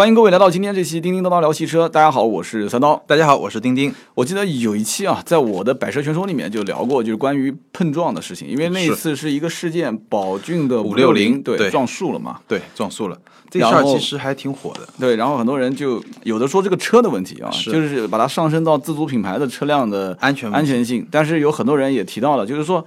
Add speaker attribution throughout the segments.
Speaker 1: 欢迎各位来到今天这期《叮叮叨叨聊汽车》。大家好，我是三刀。
Speaker 2: 大家好，我是丁丁。
Speaker 1: 我记得有一期啊，在我的《百车全说》里面就聊过，就是关于碰撞的事情，因为那一
Speaker 2: 嗯是
Speaker 1: 次是一个事件，宝骏的五
Speaker 2: 560
Speaker 1: 对
Speaker 2: 对
Speaker 1: 撞树了嘛。
Speaker 2: 对，撞树了，这事
Speaker 1: 然后
Speaker 2: 儿其实还挺火的。
Speaker 1: 对，然后很多人就有的说这个车的问题啊，
Speaker 2: 是
Speaker 1: 就是把它上升到自主品牌的车辆的
Speaker 2: 安全问题
Speaker 1: 安全性，但是有很多人也提到了，就是说，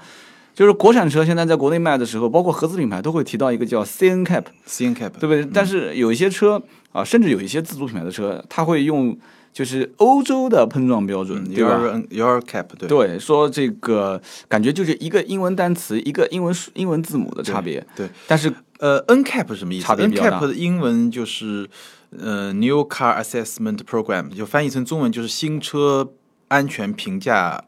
Speaker 1: 就是国产车现在在国内卖的时候，包括合资品牌都会提到一个叫 CN Cap，
Speaker 2: C N Cap，
Speaker 1: 对不对？但是有一些车啊，甚至有一些自主品牌的车，它会用就是欧洲的碰撞标准，嗯对吧？
Speaker 2: ，Your Your Cap，对，
Speaker 1: 对，说这个感觉就是一个英文单词，一个英文数英文字母的差别。
Speaker 2: 对，
Speaker 1: 但是
Speaker 2: 呃，N Cap 是什么意思
Speaker 1: 差别
Speaker 2: ？N
Speaker 1: 比较大
Speaker 2: Cap 的英文就是呃 New Car Assessment Program，就翻译成中文就是新车安全评价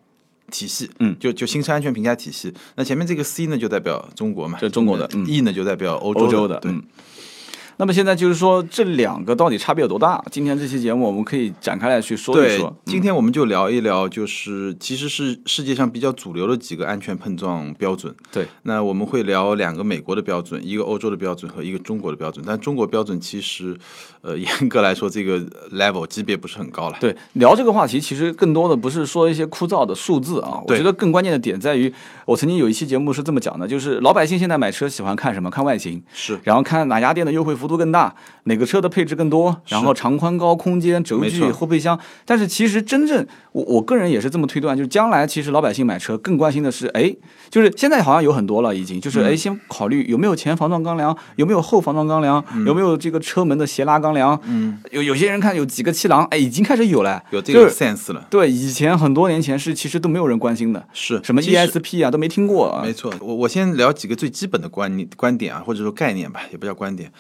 Speaker 2: 体系。
Speaker 1: 嗯
Speaker 2: 就就新车安全评价体系。那前面这个 C 呢，就代表中国嘛，
Speaker 1: 就中国的嗯
Speaker 2: e 呢就代表欧
Speaker 1: 欧洲
Speaker 2: 洲
Speaker 1: 的，
Speaker 2: 对
Speaker 1: 嗯。那么现在就是说，这两个到底差别有多大？今天这期节目我们可以展开来去说一
Speaker 2: 对
Speaker 1: 说，。嗯
Speaker 2: 今天我们就聊一聊，就是其实是世界上比较主流的几个安全碰撞标准。
Speaker 1: 对，
Speaker 2: 那我们会聊两个美国的标准，一个欧洲的标准和一个中国的标准。但中国标准其实，呃，严格来说，这个 level 级别不是很高了。
Speaker 1: 对，聊这个话题，其实更多的不是说一些枯燥的数字啊，我
Speaker 2: 对
Speaker 1: 觉得更关键的点在于，我曾经有一期节目是这么讲的，就是老百姓现在买车喜欢看什么？看外形，
Speaker 2: 是
Speaker 1: 然后看哪家店的优惠幅度更大，哪个车的配置更多，然后长宽高、空间、轴
Speaker 2: 没
Speaker 1: 距、
Speaker 2: 错
Speaker 1: 后备箱。但是其实真正我我个人也是这么推断，就是将来其实老百姓买车更关心的是，哎，就是现在好像有很多了，已经就是
Speaker 2: 嗯
Speaker 1: 哎，先考虑有没有前防撞钢梁，有没有后防撞钢梁，
Speaker 2: 嗯
Speaker 1: 有没有这个车门的斜拉钢梁。嗯，有有些人看有几个气囊，哎，已经开始有了，
Speaker 2: 有这
Speaker 1: 就
Speaker 2: 个
Speaker 1: 是
Speaker 2: sense 了。
Speaker 1: 对以前很多年前是其实都没有人关心的，
Speaker 2: 是
Speaker 1: 什么
Speaker 2: 其实
Speaker 1: ESP 啊都没听过啊。
Speaker 2: 没错，我我先聊几个最基本的观念观点啊，或者说概念吧，也不叫观点。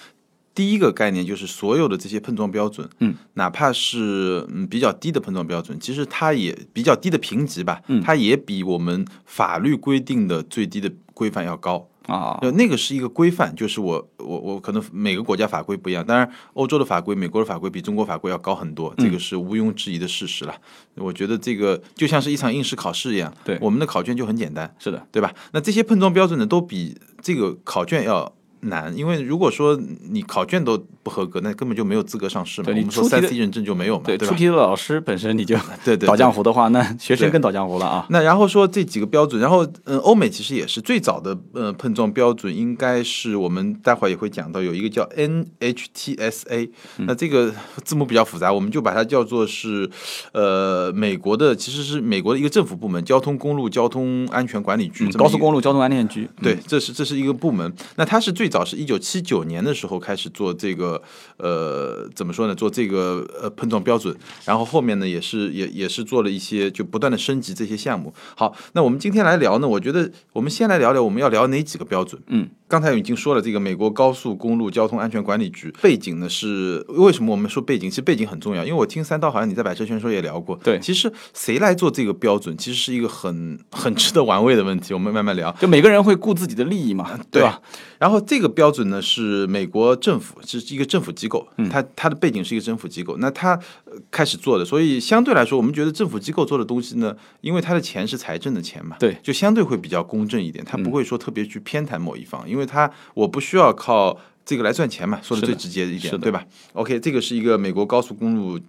Speaker 2: 第一个概念就是所有的这些碰撞标准，
Speaker 1: 嗯，
Speaker 2: 哪怕是嗯比较低的碰撞标准，其实它也比较低的评级吧，嗯，它也比我们法律规定的最低的规范要高。
Speaker 1: 啊，
Speaker 2: 就那个是一个规范，就是我我我可能每个国家法规不一样，当然欧洲的法规、美国的法规比中国法规要高很多，这
Speaker 1: 嗯
Speaker 2: 个是毋庸置疑的事实了。我觉得这个就像是一场应试考试一样，
Speaker 1: 对
Speaker 2: 我们的考卷就很简单，
Speaker 1: 是的，
Speaker 2: 对吧？那这些碰撞标准呢，都比这个考卷要难，因为如果说你考卷都不合格，那根本就没有资格上市嘛。
Speaker 1: 对
Speaker 2: 我
Speaker 1: 你
Speaker 2: 们说
Speaker 1: 出题
Speaker 2: 三
Speaker 1: 的
Speaker 2: C 认证就没有嘛，
Speaker 1: 对，
Speaker 2: 对
Speaker 1: 出
Speaker 2: 吧？
Speaker 1: 题的老师本身你就
Speaker 2: 对对
Speaker 1: 倒
Speaker 2: 对
Speaker 1: 浆糊的话，那学生
Speaker 2: 对
Speaker 1: 更倒浆糊了啊。
Speaker 2: 那然后说这几个标准，然后嗯、呃欧美其实也是最早的呃碰撞标准，应该是我们待会儿也会讲到有一个叫 NHTSA，、那
Speaker 1: 嗯
Speaker 2: 这个字母比较复杂，我们就把它叫做是呃美国的，其实是美国的一个政府部门，交通公路交通安全管理局，
Speaker 1: 嗯
Speaker 2: 这么
Speaker 1: 高
Speaker 2: 一
Speaker 1: 速
Speaker 2: 个
Speaker 1: 公路交通安全局，
Speaker 2: 对，这是这是一个部门。那它是最早是一九七九年的时候开始做这个，呃，怎么说呢？做这个呃碰撞标准，然后后面呢也是也也是做了一些就不断的升级这些项目。好，那我们今天来聊呢，我觉得我们先来聊聊我们要聊哪几个标准。
Speaker 1: 嗯，
Speaker 2: 刚才已经说了，这个美国高速公路交通安全管理局背景呢是为什么我们说背景？其实背景很重要，因为我听三刀好像你在百车全说也聊过。
Speaker 1: 对
Speaker 2: 其实谁来做这个标准，其实是一个很很值得玩味的问题，我们慢慢聊。
Speaker 1: 就每个人会顾自己的利益嘛，
Speaker 2: 对
Speaker 1: 吧？
Speaker 2: 然后这个标准呢是美国政府是一个政府机构，
Speaker 1: 嗯
Speaker 2: 它它的背景是一个政府机构，那它呃开始做的，所以相对来说，我们觉得政府机构做的东西呢，因为它的钱是财政的钱嘛，
Speaker 1: 对，嗯
Speaker 2: 就相对会比较公正一点，它不会说特别去偏袒某一方，因为它我不需要靠这个来赚钱嘛，说
Speaker 1: 是
Speaker 2: 的
Speaker 1: 的
Speaker 2: 最直接一
Speaker 1: 是的
Speaker 2: 点，对吧？OK，这个是一个美国高速公路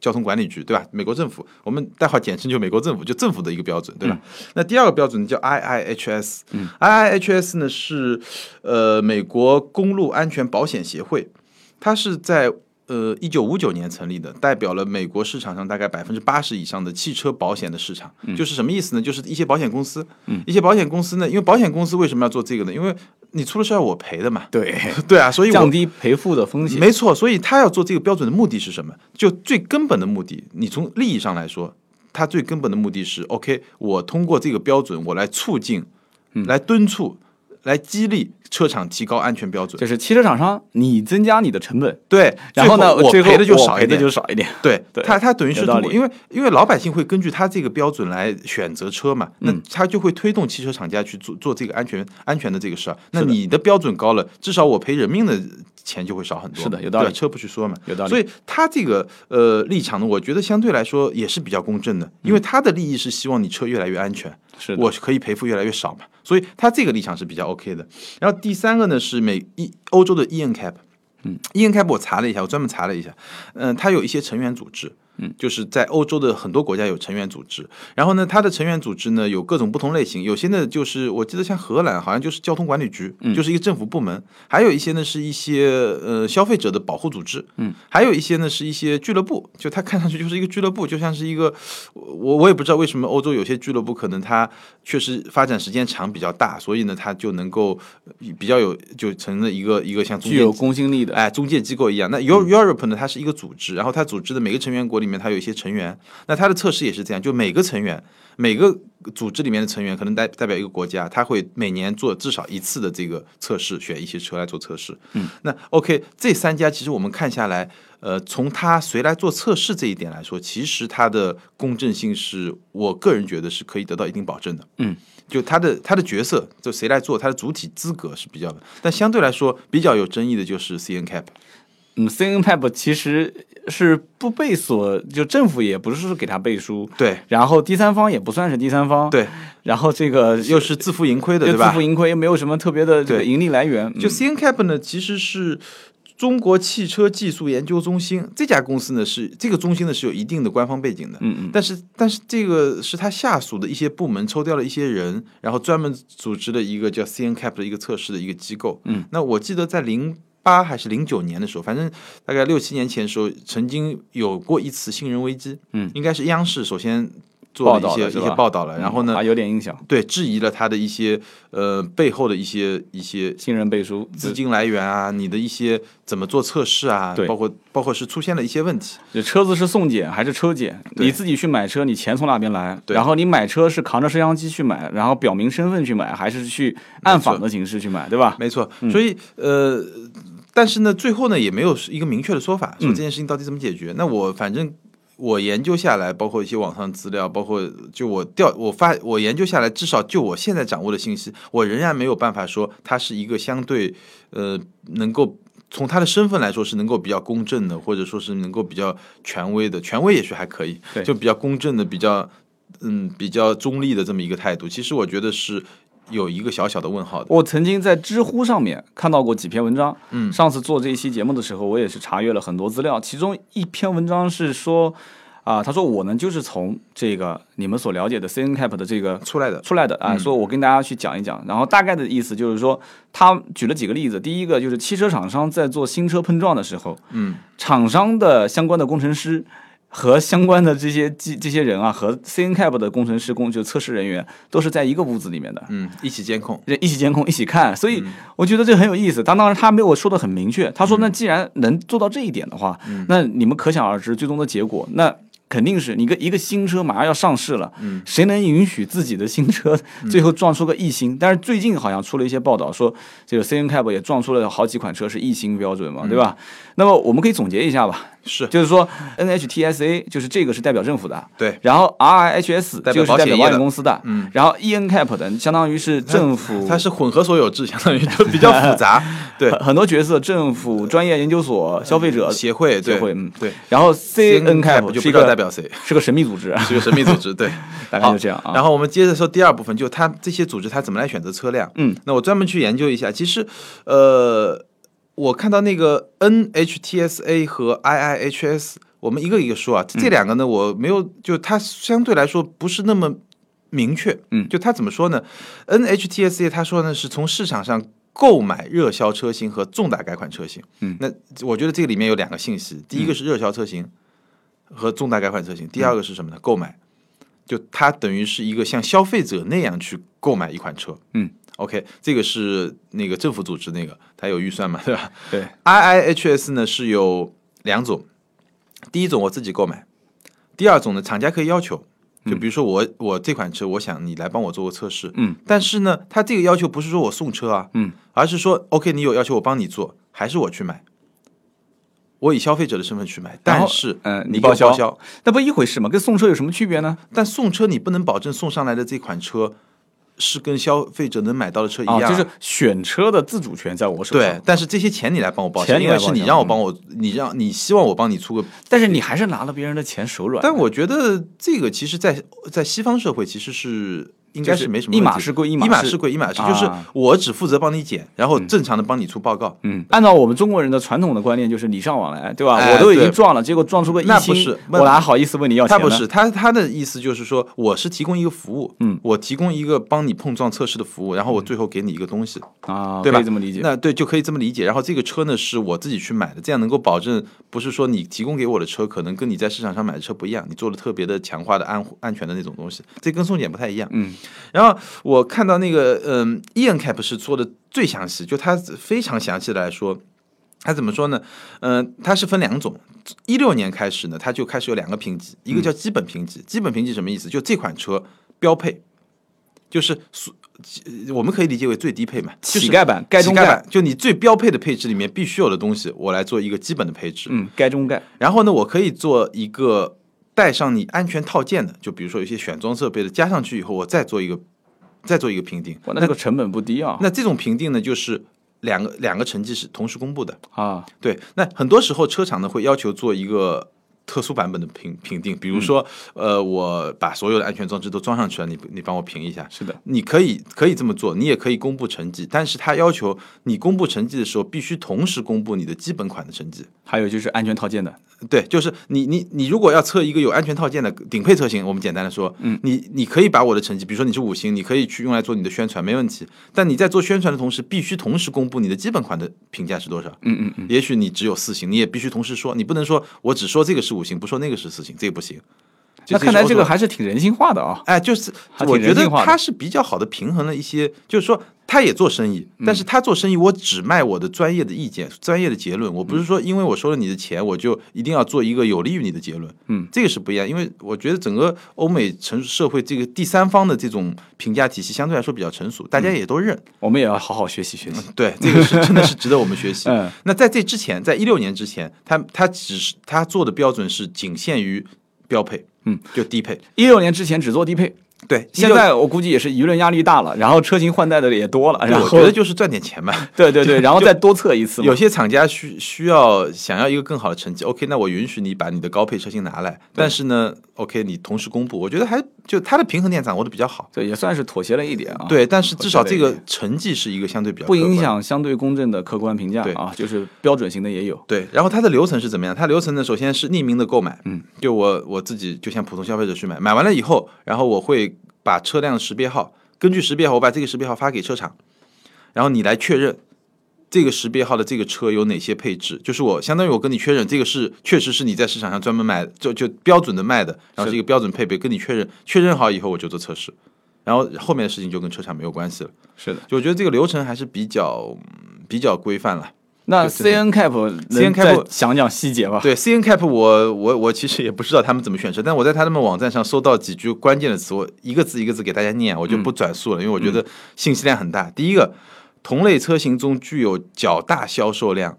Speaker 2: 交通管理局，对吧？美国政府，我们待会儿简称就美国政府，就政府的一个标准，对吧？
Speaker 1: 嗯
Speaker 2: 那第二个标准叫 IIHS，嗯，IIHS 呢是呃美国公路安全保险协会，它是在呃一九五九年成立的，代表了美国市场上大概百分之八十以上的汽车保险的市场。
Speaker 1: 嗯
Speaker 2: 就是什么意思呢？就是一些保险公司，一些保险公司呢，因为保险公司为什么要做这个呢？因为你出了事儿我赔的嘛，
Speaker 1: 对，
Speaker 2: 对嗯啊，所以我
Speaker 1: 降低赔付的风险，
Speaker 2: 没错，所以他要做这个标准的目的是什么？就最根本的目的，你从利益上来说，他最根本的目的是，OK，我通过这个标准，我来促进、
Speaker 1: 嗯
Speaker 2: 来敦促、来激励车厂提高安全标准。
Speaker 1: 就是汽车厂商你增加你的成本，
Speaker 2: 对，
Speaker 1: 然后呢，
Speaker 2: 最我
Speaker 1: 最后
Speaker 2: 赔的就
Speaker 1: 我
Speaker 2: 少
Speaker 1: 赔
Speaker 2: 一
Speaker 1: 的
Speaker 2: 点。
Speaker 1: 就少一点。
Speaker 2: 对
Speaker 1: 对
Speaker 2: 他，他等于
Speaker 1: 有
Speaker 2: 是
Speaker 1: 道
Speaker 2: 通过
Speaker 1: 理
Speaker 2: 因为因为老百姓会根据他这个标准来选择车嘛，
Speaker 1: 嗯
Speaker 2: 那他就会推动汽车厂家去做做这个安全安全的这个事儿。那你的标准高了，至少我赔人命的钱就会少很多嘛。
Speaker 1: 是的有道理
Speaker 2: 对吧车不去说嘛，
Speaker 1: 有道理
Speaker 2: 所以他这个呃立场呢，我觉得相对来说也是比较公正的，因为他的利益是希望你车越来越安全。
Speaker 1: 嗯是的，
Speaker 2: 我可以赔付越来越少嘛，所以他这个立场是比较 OK 的。然后第三个呢是美一欧洲的 EN Cap，嗯，伊恩开普我查了一下，我专门查了一下，嗯、它有一些成员组织。嗯，就是在欧洲的很多国家有成员组织，然后呢，它的成员组织呢有各种不同类型，有些呢就是我记得像荷兰好像就是交通管理局，
Speaker 1: 嗯
Speaker 2: 就是一个政府部门，还有一些呢是一些呃消费者的保护组织，嗯，还有一些呢是一些俱乐部，就它看上去就是一个俱乐部，就像是一个我我也不知道为什么欧洲有些俱乐部可能它确实发展时间长比较大，所以呢它就能够比较有就成了一个一个像中
Speaker 1: 具
Speaker 2: 间
Speaker 1: 有公信力的。
Speaker 2: 哎，中介机构一样。那 Eu- Europe 呢，它是一个组织，然后它组织的每个成员国里面，它有一些成员。那它的测试也是这样，就每个成员，每个组织里面的成员，可能代代表一个国家，它会每年做至少一次的这个测试，选一些车来做测试。嗯，那 OK，这三家其实我们看下来，呃，从它谁来做测试这一点来说，其实它的公正性是我个人觉得是可以得到一定保证的。
Speaker 1: 嗯。
Speaker 2: 就他的他的角色，就谁来做，他的主体资格是比较的，但相对来说比较有争议的就是 CNCAP。
Speaker 1: 嗯，CNPAP 其实是不被所，就政府也不是说给他背书，
Speaker 2: 对
Speaker 1: 然后第三方也不算是第三方，，
Speaker 2: 对，
Speaker 1: 然后这个
Speaker 2: 又是自负盈亏的，
Speaker 1: 又
Speaker 2: 对
Speaker 1: 自
Speaker 2: 吧
Speaker 1: 负？盈亏，又没有什么特别的这个
Speaker 2: 对
Speaker 1: 盈利来源，
Speaker 2: 就
Speaker 1: 嗯
Speaker 2: CNCAP 呢，其实是中国汽车技术研究中心这家公司呢，是这个中心呢是有一定的官方背景的，
Speaker 1: 嗯嗯
Speaker 2: 但是但是这个是他下属的一些部门抽调了一些人，然后专门组织了一个叫 CNCAP 的一个测试的一个机构。
Speaker 1: 嗯，
Speaker 2: 那我记得在零。八还是零九年的时候，反正大概六七年前的时候，曾经有过一次信任危机。
Speaker 1: 嗯，
Speaker 2: 应该是央视首先做了一
Speaker 1: 报道
Speaker 2: 些
Speaker 1: 了
Speaker 2: 一
Speaker 1: 是吧
Speaker 2: 些报道了，然后呢，
Speaker 1: 啊有点印象，
Speaker 2: 对质疑了他的一些呃背后的一些一些
Speaker 1: 信任背书，
Speaker 2: 资金来源啊，你的一些怎么做测试啊，
Speaker 1: 对
Speaker 2: 包括包括是出现了一些问题，
Speaker 1: 就车子是送检还是车检？
Speaker 2: 对
Speaker 1: 你自己去买车，你钱从哪边来？
Speaker 2: 对
Speaker 1: 然后你买车是扛着摄像机去买，然后表明身份去买，还是去暗访的形式去买，对吧？
Speaker 2: 没错，所以呃，但是呢，最后呢也没有一个明确的说法，说这件事情到底怎么解决。那我反正。我研究下来，包括一些网上资料，包括就我调我发我研究下来，至少就我现在掌握的信息，我仍然没有办法说它是一个相对呃能够从他的身份来说是能够比较公正的，或者说是能够比较权威的，权威也许还可以
Speaker 1: 对，
Speaker 2: 就比较公正的，比较嗯比较中立的这么一个态度。其实我觉得是有一个小小的问号的。
Speaker 1: 我曾经在知乎上面看到过几篇文章，
Speaker 2: 嗯
Speaker 1: 上次做这一期节目的时候，我也是查阅了很多资料，其中一篇文章是说，啊、他说我呢就是从这个你们所了解的 CNCAP 的这个
Speaker 2: 出来的，
Speaker 1: 出来的啊，说我跟大家去讲一讲，然后大概的意思就是说，他举了几个例子，第一个就是汽车厂商在做新车碰撞的时候，
Speaker 2: 嗯，
Speaker 1: 厂商的相关的工程师和相关的这些这这些人啊，和 CNCAP 的工程师工就测试人员都是在一个屋子里面的。
Speaker 2: 嗯，一起监控，
Speaker 1: 一起监控，一起看，所以我觉得这很有意思。他当然他没有说的很明确，他说那既然能做到这一点的话，那你们可想而知最终的结果，那肯定是你个一个新车马上要上市了，谁能允许自己的新车最后撞出个异星？但是最近好像出了一些报道说，这个 CNCAP 也撞出了好几款车是异星标准嘛，对吧？那么我们可以总结一下吧，
Speaker 2: 是
Speaker 1: 就是说 NHTSA 就是这个是代表政府的，
Speaker 2: 对。
Speaker 1: 然后 RIHS
Speaker 2: 代表
Speaker 1: 就是
Speaker 2: 保
Speaker 1: 代表
Speaker 2: 险业
Speaker 1: 保险
Speaker 2: 的
Speaker 1: 公司的，
Speaker 2: 嗯
Speaker 1: 然后 ENCAP 的相当于是政府，
Speaker 2: 它是混合所有制，相当于就比较 复杂，对嗯
Speaker 1: 很很多角色，政府、专业研究所、消费者
Speaker 2: 协会，对
Speaker 1: 呃协会嗯
Speaker 2: 对
Speaker 1: 然后
Speaker 2: CNCAP
Speaker 1: CNCAP
Speaker 2: 就是不知
Speaker 1: 一
Speaker 2: 道代
Speaker 1: 个
Speaker 2: 表谁，
Speaker 1: 是个神秘组织，
Speaker 2: 是个神秘组织，对，
Speaker 1: 大概
Speaker 2: 好
Speaker 1: 就这样啊。
Speaker 2: 然后我们接着说第二部分，就它这些组织它怎么来选择车辆，
Speaker 1: 嗯，
Speaker 2: 那我专门去研究一下，其实，呃，我看到那个 NHTSA 和 IIHS，我们一个一个说啊，这两个呢，我没有，就它相对来说不是那么明确，
Speaker 1: 嗯
Speaker 2: 就它怎么说呢？NHTSA 它说呢是从市场上。购买热销车型和重大改款车型，
Speaker 1: 嗯
Speaker 2: 那我觉得这个里面有两个信息，第一个是热销车型和重大改款车型，第二个是什么
Speaker 1: 嗯
Speaker 2: 呢？购买，就它等于是一个像消费者那样去购买一款车，OK，这
Speaker 1: 嗯
Speaker 2: 个是那个政府组织那个，它有预算嘛，对吧
Speaker 1: 对，
Speaker 2: ？IIHS 呢是有两种，第一种我自己购买，第二种呢厂家可以要求，就比如说我、我这款车，我想你来帮我做个测试，
Speaker 1: 嗯，
Speaker 2: 但是呢，它这个要求不是说我送车啊，
Speaker 1: 嗯，
Speaker 2: 而是说 OK，你有要求我帮你做，还是我去买？我以消费者的身份去买，
Speaker 1: 然后
Speaker 2: 但是
Speaker 1: 嗯你
Speaker 2: 给我
Speaker 1: 报销
Speaker 2: 报销，
Speaker 1: 那不一回事吗？跟送车有什么区别呢？
Speaker 2: 但送车你不能保证送上来的这款车是跟消费者能买到的车一样
Speaker 1: 啊，
Speaker 2: 啊、
Speaker 1: 就是选车的自主权在我手上
Speaker 2: 对，，但是这些钱你来帮我报销，
Speaker 1: 钱你
Speaker 2: 因
Speaker 1: 来
Speaker 2: 为
Speaker 1: 报销嗯
Speaker 2: 是你让我帮我，你让你希望我帮你出个。
Speaker 1: 但是你还是拿了别人的钱手软。
Speaker 2: 但我觉得这个其实在，在西方社会其实是应该
Speaker 1: 就是
Speaker 2: 没什么
Speaker 1: 一
Speaker 2: 问
Speaker 1: 码
Speaker 2: 题
Speaker 1: 事归一
Speaker 2: 一
Speaker 1: 码
Speaker 2: 码
Speaker 1: 事
Speaker 2: 事归一码事，就是
Speaker 1: 啊
Speaker 2: 我只负责帮你剪，然后正常的帮你出报告。
Speaker 1: 嗯，按照我们中国人的传统的观念，就是礼尚往来，对吧？
Speaker 2: 哎
Speaker 1: 我都已经
Speaker 2: 对
Speaker 1: 撞了，结果撞出个一
Speaker 2: 那不
Speaker 1: 星
Speaker 2: 是，
Speaker 1: 我哪好意思问你要钱
Speaker 2: 他
Speaker 1: 呢？
Speaker 2: 不是他他的意思就是说，我是提供一个服务，
Speaker 1: 嗯，
Speaker 2: 我提供一个帮你碰撞测试的服务，然后我最后给你一个东西，
Speaker 1: 啊，
Speaker 2: 对
Speaker 1: 可
Speaker 2: 吧？
Speaker 1: 以这么理解。
Speaker 2: 那对，就可以这么理解。然后这个车呢是我自己去买的，这样能够保证不是说你提供给我的车可能跟你在市场上买的车不一样，你做了特别的强化的安安全的那种东西，这跟送检不太一样。
Speaker 1: 嗯，
Speaker 2: 然后我看到那个嗯，Ian Cap 是说的最详细，就他非常详细的来说。他怎么说呢？嗯、它是分两种。一六年开始呢，它就开始有两个评级，一个
Speaker 1: 嗯
Speaker 2: 叫基本评级。基本评级什么意思？就这款车标配，就是所呃我们可以理解为最低配嘛，就是
Speaker 1: 乞丐版，盖中
Speaker 2: 乞丐
Speaker 1: 盖，
Speaker 2: 版，就你最标配的配置里面必须有的东西，我来做一个基本的配置。
Speaker 1: 嗯，盖中盖，
Speaker 2: 然后呢，我可以做一个带上你安全套件的，就比如说有一些选装设备的加上去以后，我再做一个再做一个评定。
Speaker 1: 哇，那这个成本不低啊。
Speaker 2: 那这种评定呢，就是两个两个成绩是同时公布的。
Speaker 1: 啊，
Speaker 2: 对，那很多时候车厂呢会要求做一个。特殊版本的评评定，比如说，呃，我把所有的安全装置都装上去了，你你帮我评一下，
Speaker 1: 是的，
Speaker 2: 你可以可以这么做，你也可以公布成绩，但是他要求你公布成绩的时候，必须同时公布你的基本款的成绩。
Speaker 1: 还有就是安全套件的，
Speaker 2: 对，就是你你你如果要测一个有安全套件的顶配车型，我们简单的说，嗯，你你可以把我的成绩，比如说你是五星，你可以去用来做你的宣传，没问题。但你在做宣传的同时，必须同时公布你的基本款的评价是多少。
Speaker 1: 嗯嗯嗯，
Speaker 2: 也许你只有四星，你也必须同时说，你不能说我只说这个是五星，不说那个是四星，这个不行。
Speaker 1: 那看来这
Speaker 2: 还。
Speaker 1: 个还是挺人性化的啊。
Speaker 2: 哎，就是
Speaker 1: 还挺
Speaker 2: 我觉
Speaker 1: 人
Speaker 2: 得
Speaker 1: 性化的
Speaker 2: 他是比较好的平衡了一些，就是说他也做生意，
Speaker 1: 嗯
Speaker 2: 但是他做生意，我只卖我的专业的意见、专业的结论，我不
Speaker 1: 嗯
Speaker 2: 是说因为我收了你的钱，我就一定要做一个有利于你的结论，
Speaker 1: 嗯，
Speaker 2: 这个是不一样，因为我觉得整个欧美成社会这个第三方的这种评价体系相对来说比较成
Speaker 1: 嗯
Speaker 2: 熟，大家也都认，
Speaker 1: 我们也要好好学习学习。
Speaker 2: 对，这个是真的是值得我们学 习。
Speaker 1: 嗯
Speaker 2: 那在这之前，在一六年之前，他他只是他做的标准是仅限于标配，
Speaker 1: 嗯，
Speaker 2: 就低配，
Speaker 1: 一六年之前只做低配，
Speaker 2: 对，
Speaker 1: 现在我估计也是舆论压力大了，然后车型换代的也多了，
Speaker 2: 对
Speaker 1: 然
Speaker 2: 哎我
Speaker 1: 后
Speaker 2: 觉得就是赚点 钱嘛。
Speaker 1: 对对对，然后再多测一次嘛。
Speaker 2: 有些厂家需需要想要一个更好的成绩，OK，那我允许你把你的高配车型拿来，但是呢，OK，你同时公布，我觉得还就它的平衡点掌握的比较好。
Speaker 1: 对也算是妥协了一点啊。，
Speaker 2: 对，但是至少
Speaker 1: 我觉得
Speaker 2: 这
Speaker 1: 也
Speaker 2: 个成绩是一个相对比较
Speaker 1: 不
Speaker 2: 客
Speaker 1: 影
Speaker 2: 观的。
Speaker 1: 响相对公正的客观评价
Speaker 2: 对
Speaker 1: 啊，就是标准型的也有。
Speaker 2: 对，然后它的流程是怎么样？它流程呢，首先是匿名的购买，嗯，就我我自己就像普通消费者去买，买完了以后，然后我会把车辆识别号，根据识别号，我把这个识别号发给车厂，然后你来确认这个识别号的这个车有哪些配置，就是我相当于我跟你确认这个是确实是你在市场上专门买就就标准的卖的，然后是一个标准配备，跟你确认，确认好以后我就做测试，然后后面的事情就跟车厂没有关系了。
Speaker 1: 是的，
Speaker 2: 就我觉得这个流程还是比较嗯比较规范了。
Speaker 1: 那
Speaker 2: 就是
Speaker 1: C N Cap
Speaker 2: CN
Speaker 1: 能
Speaker 2: Cap-
Speaker 1: 再讲讲细节吧？
Speaker 2: 对 C N Cap，我我我其实也不知道他们怎么选车，但我在他们网站上搜到几句关键的词，我一个字一个字给大家念，啊我就
Speaker 1: 嗯
Speaker 2: 不转述了，因为我觉得信息量很大。第一个，同类车型中具有较大销售量，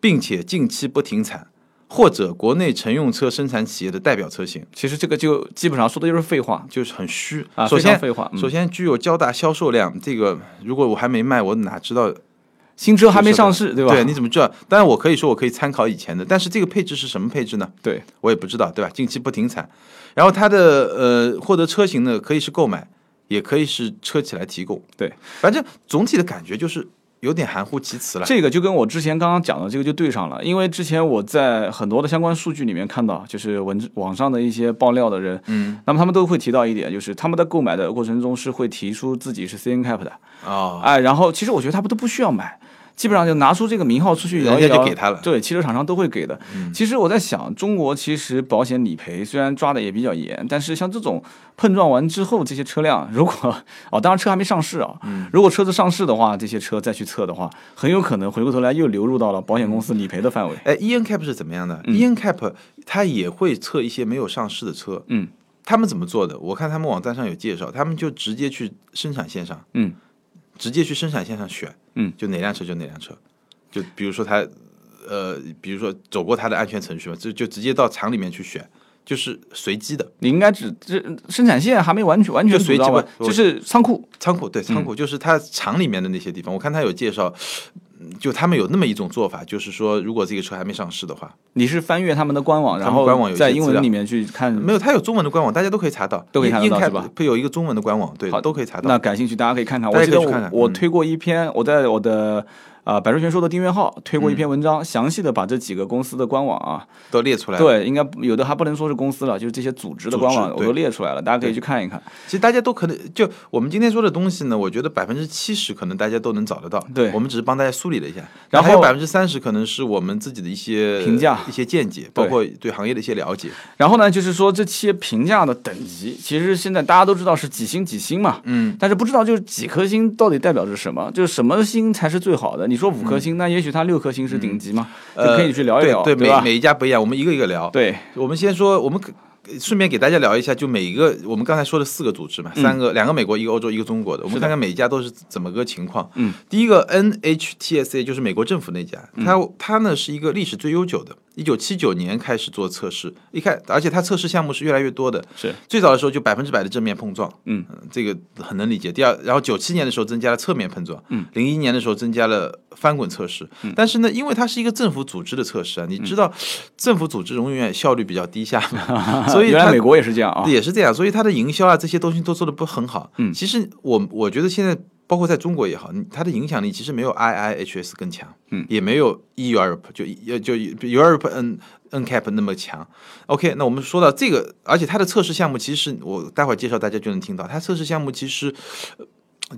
Speaker 2: 并且近期不停产，或者国内乘用车生产企业的代表车型，
Speaker 1: 其实这个就基本上说的就是废话
Speaker 2: 就是很虚。
Speaker 1: 啊，
Speaker 2: 首
Speaker 1: 非常
Speaker 2: 先，
Speaker 1: 废话。嗯
Speaker 2: 首先具有较大销售量，这个如果我还没卖，我哪知道
Speaker 1: 新车还没上市，对吧？
Speaker 2: 对，你怎么知道？当然，我可以说我可以参考以前的，但是这个配置是什么配置呢？
Speaker 1: 对，
Speaker 2: 我也不知道，对吧？近期不停产，然后它的呃获得车型呢，可以是购买，也可以是车企来提供。
Speaker 1: 对，
Speaker 2: 反正总体的感觉就是有点含糊其辞了。
Speaker 1: 这个就跟我之前刚刚讲的这个就对上了，因为之前我在很多的相关数据里面看到，就是文字网上的一些爆料的人，
Speaker 2: 嗯，
Speaker 1: 那么他们都会提到一点，就是他们在购买的过程中是会提出自己是 C N Cap 的，
Speaker 2: 哦，
Speaker 1: 哎，然后其实我觉得他们都不需要买，基本上就拿出这个名号出去摇一
Speaker 2: 人家
Speaker 1: 摇，
Speaker 2: 就给他了嗯
Speaker 1: 对，汽车厂商都会给的。其实我在想，中国其实保险理赔虽然抓的也比较严，但是像这种碰撞完之后，这些车辆如果哦，当然车还没上市啊，
Speaker 2: 嗯
Speaker 1: 如果车子上市的话，这些车再去测的话，很有可能回过头来又流入到了保险公司理赔的范围。
Speaker 2: 哎，E N Cap 是怎么样的、e
Speaker 1: 嗯
Speaker 2: N Cap 它也会测一些没有上市的车。
Speaker 1: 嗯，
Speaker 2: 他们怎么做的？我看他们网站上有介绍，他们就直接去生产线上，
Speaker 1: 嗯，
Speaker 2: 直接去生产线上选，
Speaker 1: 嗯，
Speaker 2: 就哪辆车就哪辆车，就比如说他，呃，比如说走过他的安全程序嘛，就就直接到厂里面去选，就是随机的
Speaker 1: 你应该只这生产线还没完全完全
Speaker 2: 就随
Speaker 1: 组
Speaker 2: 机
Speaker 1: 装完
Speaker 2: 吧我
Speaker 1: 就是仓库嗯
Speaker 2: 仓库，对仓库就是他厂里面的那些地方，我看他有介绍，嗯就他们有那么一种做法，就是说，如果这个车还没上市的话，
Speaker 1: 你是翻阅他们的官网，
Speaker 2: 他
Speaker 1: 然
Speaker 2: 们
Speaker 1: 后
Speaker 2: 官网有一些
Speaker 1: 在
Speaker 2: 资
Speaker 1: 英文
Speaker 2: 料嗯
Speaker 1: 里面去看。
Speaker 2: 没有，它有中文的官网，大家都可以查到，
Speaker 1: 都可以查得到
Speaker 2: 应该
Speaker 1: 是吧
Speaker 2: 会有一个中文的官网，对
Speaker 1: 好，
Speaker 2: 都可以查到。
Speaker 1: 那感兴趣大家可以看看。
Speaker 2: 大
Speaker 1: 我
Speaker 2: 家
Speaker 1: 记
Speaker 2: 可
Speaker 1: 得我
Speaker 2: 以去看看
Speaker 1: 我
Speaker 2: 嗯
Speaker 1: 推过一篇，我在我的呃百科全书的订阅号推
Speaker 2: 嗯
Speaker 1: 过一篇文章，详细的把这几个公司的官网啊，
Speaker 2: 都列出来。，
Speaker 1: 对，应该有的还不能说是公司了，就是这些组织的官网
Speaker 2: 组织
Speaker 1: 我
Speaker 2: 对
Speaker 1: 都列出来了，大家可以去看一看。
Speaker 2: 其实大家都可能就我们今天说的东西呢，我觉得百分之七十可能大家都能找得到。
Speaker 1: 对
Speaker 2: 我们只是帮大家梳理了一下，
Speaker 1: 然后
Speaker 2: 还有百分之三十可能是我们自己的一些
Speaker 1: 评价
Speaker 2: 一些见解，包括对行业的一些了解。
Speaker 1: 然后呢，就是说这些评价的等级，其实现在大家都知道是几星几星嘛，
Speaker 2: 嗯，
Speaker 1: 但是不知道就是几颗星到底代表着什么，就是什么星才是最好的？你说五颗星，那也许它六颗星是顶级嘛，就可以去聊一聊，
Speaker 2: 嗯呃对对，
Speaker 1: 吧
Speaker 2: 每？每一家不一样，我们一个一个聊。
Speaker 1: 对，
Speaker 2: 我们先说，我们可顺便给大家聊一下，就每一个我们刚才说的四个组织嘛，
Speaker 1: 嗯
Speaker 2: 三个，两个美国，一个欧洲，一个中国的，我们看看每一家都是怎么个情况。
Speaker 1: 嗯，
Speaker 2: 第一个 NHTSA 就是美国政府那家，它它呢是一个历史最悠久的，一九七九年开始做测试，一开，而且它测试项目是越来越多的，
Speaker 1: 是
Speaker 2: 最早的时候就百分之百的正面碰撞，呃
Speaker 1: 嗯
Speaker 2: 这个很能理解。第二，然后九七年的时候增加了侧面碰撞，嗯，零一年的时候增加了翻滚测试，
Speaker 1: 嗯
Speaker 2: 但是呢，因为它是一个政府组织的测试啊，你知道政府组织永远效率比较低下 嘛，所以
Speaker 1: 原
Speaker 2: 它
Speaker 1: 来美国也是这样啊，
Speaker 2: 也是这样，所以它的营销啊这些东西都做的不很好。嗯，其实我我觉得现在包括在中国也好，你它的影响力其实没有 IIHS 更强，嗯，也没有 E Europe 就就就 Europe N NCAP 那么强。OK，那我们说到这个，而且它的测试项目其实我待会儿介绍大家就能听到，它测试项目其实。呃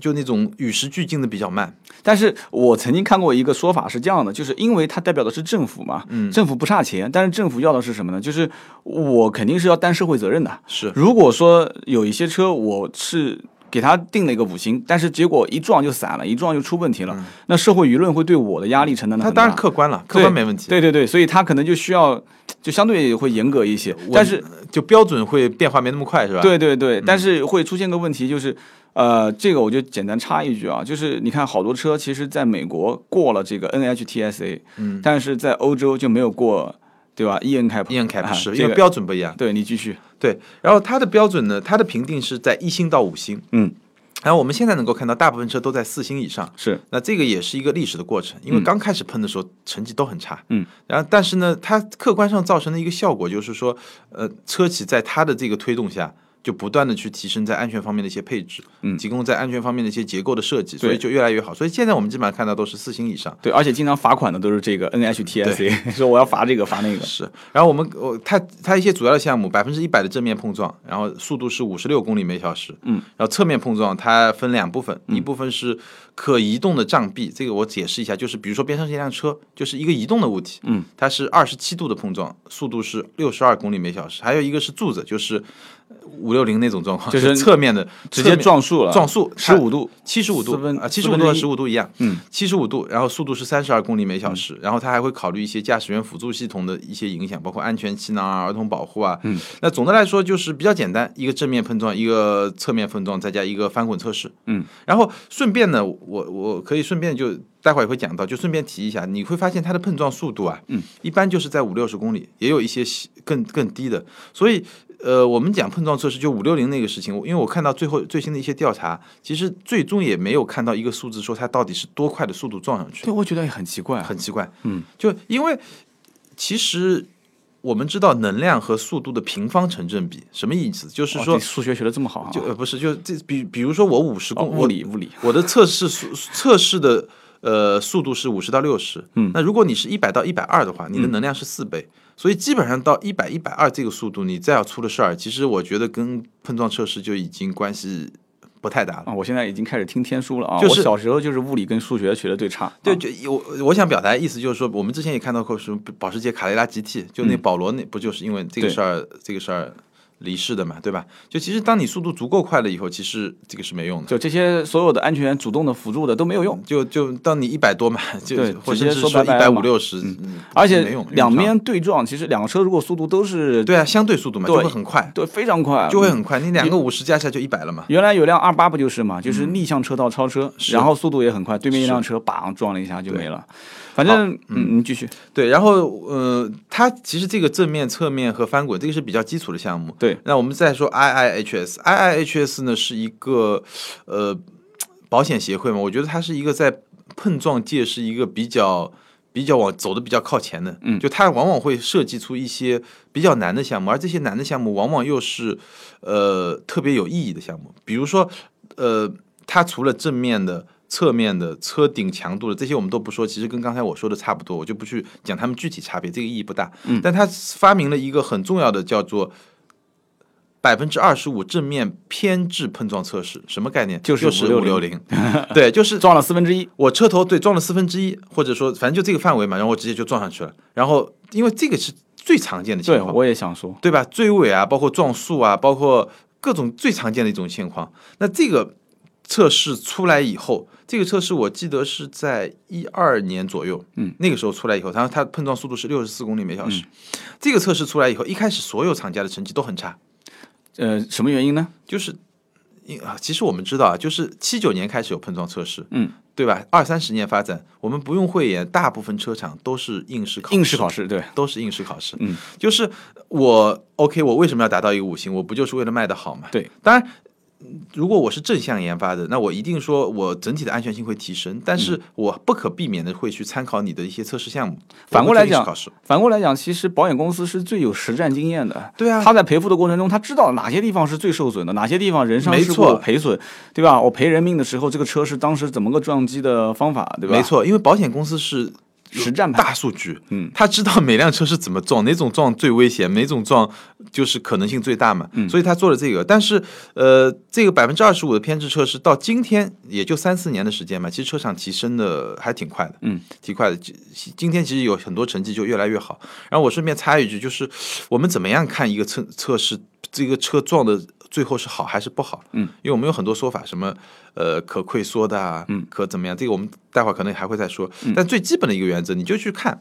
Speaker 2: 就那种与时俱进的比较慢，
Speaker 1: 但是我曾经看过一个说法是这样的，就是因为它代表的是政府嘛，
Speaker 2: 嗯
Speaker 1: 政府不差钱，但是政府要的是什么呢？就是我肯定是要担社会责任的。
Speaker 2: 是
Speaker 1: 如果说有一些车我是给它定了一个五星，但是结果一撞就散了，一撞就出问题了，那社会舆论会对我的压力承担的
Speaker 2: 它
Speaker 1: 很
Speaker 2: 嗯当
Speaker 1: 大。
Speaker 2: 然客观了，客观没问题，
Speaker 1: 对对对，所以它可能就需要就相对会严格一些，
Speaker 2: 我
Speaker 1: 但是
Speaker 2: 就标准会变化没那么快，是吧？嗯
Speaker 1: 对对对，但是会出现个问题，就是，呃，这个我就简单插一句啊，就是你看好多车其实在美国过了这个 NHTSA，嗯，但是在欧洲就没有过，对吧？EN 开
Speaker 2: ，E N CAP 是、
Speaker 1: 啊、
Speaker 2: 因
Speaker 1: 这
Speaker 2: 为
Speaker 1: 个，
Speaker 2: 标准不一样，
Speaker 1: 对你继续，
Speaker 2: 对，然后它的标准呢，它的评定是在一星到五星。
Speaker 1: 嗯，
Speaker 2: 然后我们现在能够看到，大部分车都在四星以上。
Speaker 1: 是
Speaker 2: 那这个也是一个历史的过程，因为刚开始喷的时候成绩都很差，
Speaker 1: 嗯，
Speaker 2: 然后但是呢，它客观上造成的一个效果就是说，呃，车企在它的这个推动下，就不断的去提升在安全方面的一些配置，嗯，提供在安全方面的一些结构的设计，所以
Speaker 1: 对
Speaker 2: 就越来越好。所以现在我们基本上看到都是四星以上。
Speaker 1: 对，而且经常罚款的都是这个 NHTSA，说 我要罚这个罚 那个，
Speaker 2: 是，然后我们我它它一些主要的项目，百分之一百的正面碰撞，然后速度是五十六公里每小时，嗯，然后侧面碰撞它分两部分，
Speaker 1: 嗯
Speaker 2: 一部分是可移动的障壁，这个我解释一下，就是比如说边上是一辆车，就是一个移动的物体，嗯，它是二十七度的碰撞，速度是六十二公里每小时，还有一个是柱子，就是五六零那种状况，
Speaker 1: 就是
Speaker 2: 侧面的
Speaker 1: 直接撞树了，
Speaker 2: 撞树
Speaker 1: 十五度，
Speaker 2: 啊七十五度
Speaker 1: 四分
Speaker 2: 啊，
Speaker 1: 四
Speaker 2: 七十五
Speaker 1: 分
Speaker 2: 度和
Speaker 1: 之一
Speaker 2: 十五度一样，
Speaker 1: 嗯，
Speaker 2: 七十五度，然后速度是三十二公里每小时，然后它还会考虑一些驾驶员辅助系统的一些影响，包括安全气囊啊、儿童保护啊。嗯，那总的来说就是比较简单，一个正面碰撞，一个侧面碰撞，再加一个翻滚测试。
Speaker 1: 嗯，
Speaker 2: 然后顺便呢，我我可以顺便就待会儿也会讲到，就顺便提一下，你会发现它的碰撞速度啊，嗯，一般就是在五六十公里，也有一些细更更低的，所以。呃，我们讲碰撞测试就五六零那个事情，我因为我看到最后最新的一些调查，其实最终也没有看到一个数字说它到底是多快的速度撞上去
Speaker 1: 对，，我觉得也很奇怪啊，
Speaker 2: 很奇怪。嗯，就因为其实我们知道能量和速度的平方成正比，什么意思？就是
Speaker 1: 哇
Speaker 2: 说
Speaker 1: 哦这，数学学的这么好啊，
Speaker 2: 就呃不是，就这比比如说我五十
Speaker 1: 哦
Speaker 2: 公
Speaker 1: 物理物理，
Speaker 2: 我的测试速测试的呃速度是五十到六十，嗯，那如果你是一百到一百二的话，你的能量是四倍，所以基本上到一百一百二这个速度，你再要出了事儿，其实我觉得跟碰撞测试就已经关系不太大了。
Speaker 1: 啊，我现在已经开始听天书了啊！
Speaker 2: 就是
Speaker 1: 我小时候就是物理跟数学学的最差，
Speaker 2: 对，
Speaker 1: 啊
Speaker 2: 就我我想表达的意思就是说，我们之前也看到过说保时捷卡雷拉 GT，就那保罗那不就是因为这个
Speaker 1: 对
Speaker 2: 事儿这个事儿离世的嘛，对吧？就其实当你速度足够快了以后，其实这个是没用的。
Speaker 1: 就这些所有的安全主动的辅助的都没有用。
Speaker 2: 就就当你一百多嘛，就
Speaker 1: 对
Speaker 2: 或
Speaker 1: 直
Speaker 2: 甚
Speaker 1: 接
Speaker 2: 至
Speaker 1: 说
Speaker 2: 说一
Speaker 1: 拜
Speaker 2: 百
Speaker 1: 拜了
Speaker 2: 五
Speaker 1: 嘛嗯
Speaker 2: 六十，嗯
Speaker 1: 而
Speaker 2: 没
Speaker 1: 且
Speaker 2: 用
Speaker 1: 两
Speaker 2: 用不上
Speaker 1: 边对撞，其实两个车如果速度都是
Speaker 2: 对啊，相对速度嘛，就
Speaker 1: 对嗯
Speaker 2: 会很快，
Speaker 1: 对非常快，
Speaker 2: 就会很快。你两个五十加起来就一百了嘛。
Speaker 1: 原来有辆二八不就是
Speaker 2: 嗯
Speaker 1: 嘛，就是逆向车道超车，然后速度也很快，对面一辆车叭撞了一下就没了。反正嗯，你继续，
Speaker 2: 对，然后呃，它其实这个正面、侧面和翻滚，这个是比较基础的项目。
Speaker 1: 对，
Speaker 2: 那我们再说 IIHS，IIHS 呢是一个呃保险协会嘛，我觉得它是一个在碰撞界是一个比较比较往走的比较靠前的，嗯，就它往往会设计出一些比较难的项目，而这些难的项目往往又是呃特别有意义的项目，比如说呃，它除了正面的。侧面的车顶强度的这些我们都不说，其实跟刚才我说的差不多，我就不去讲他们具体差别，这个意义不大。嗯，但他发明了一个很重要的叫做百分之二十五正面偏置碰撞测试，什么概念？
Speaker 1: 就是
Speaker 2: 是五六零， 对，就是
Speaker 1: 撞了四分之一，
Speaker 2: 我车头对撞了四分之一，或者说反正就这个范围嘛，然后我直接就撞上去了。然后因为这个是最常见的情
Speaker 1: 对
Speaker 2: 况，
Speaker 1: 我也想说，
Speaker 2: 对吧？追尾啊，包括撞树啊，包括各种最常见的一种情况。那这个测试出来以后，这个测试我记得是在一二年左右，嗯，那个时候出来以后，然后它碰撞速度是六十四公里每小时。这个测试出来以后，一开始所有厂家的成绩都很差，
Speaker 1: 呃，什么原因呢？
Speaker 2: 就是。因啊，其实我们知道啊，就是七九年开始有碰撞测试，嗯，对吧？二三十年发展，我们不用慧眼，大部分车厂都是应试考试
Speaker 1: 应试考试，对，
Speaker 2: 都是应试考试。嗯，就是我 OK，我为什么要达到一个五星？我不就是为了卖的好嘛？
Speaker 1: 对，
Speaker 2: 当然。如果我是正向研发的，那我一定说我整体的安全性会提升，但
Speaker 1: 嗯
Speaker 2: 是我不可避免的会去参考你的一些测试项目。
Speaker 1: 反过来
Speaker 2: 我会做应
Speaker 1: 讲
Speaker 2: 试考试，
Speaker 1: 反过来讲，其实保险公司是最有实战经验的。
Speaker 2: 对啊
Speaker 1: 他在赔付的过程中，他知道哪些地方是最受损的，哪些地方人伤
Speaker 2: 没
Speaker 1: 事故
Speaker 2: 错
Speaker 1: 有赔损，对吧？我赔人命的时候，这个车是当时怎么个撞击的方法，对吧？
Speaker 2: 没，错，因为保险公司是
Speaker 1: 实战派。
Speaker 2: 大数据，嗯，他知道每辆车是怎么撞，哪种撞最危险，哪种撞就是可能性最大嘛，所以他做了这个。但是，呃，这个百分之二十五的偏置测试到今天也就三四年的时间嘛，其实车厂提升的还挺快的，嗯，挺快的。今今天其实有很多成绩就越来越好。然后我顺便插一句，就是我们怎么样看一个测测试这个车撞的最后是好还是不好？嗯，因为我们有很多说法，什么呃可溃缩的啊，嗯，可怎么样？这个我们待会儿可能还会再说。但最基本的一个原则，你就去看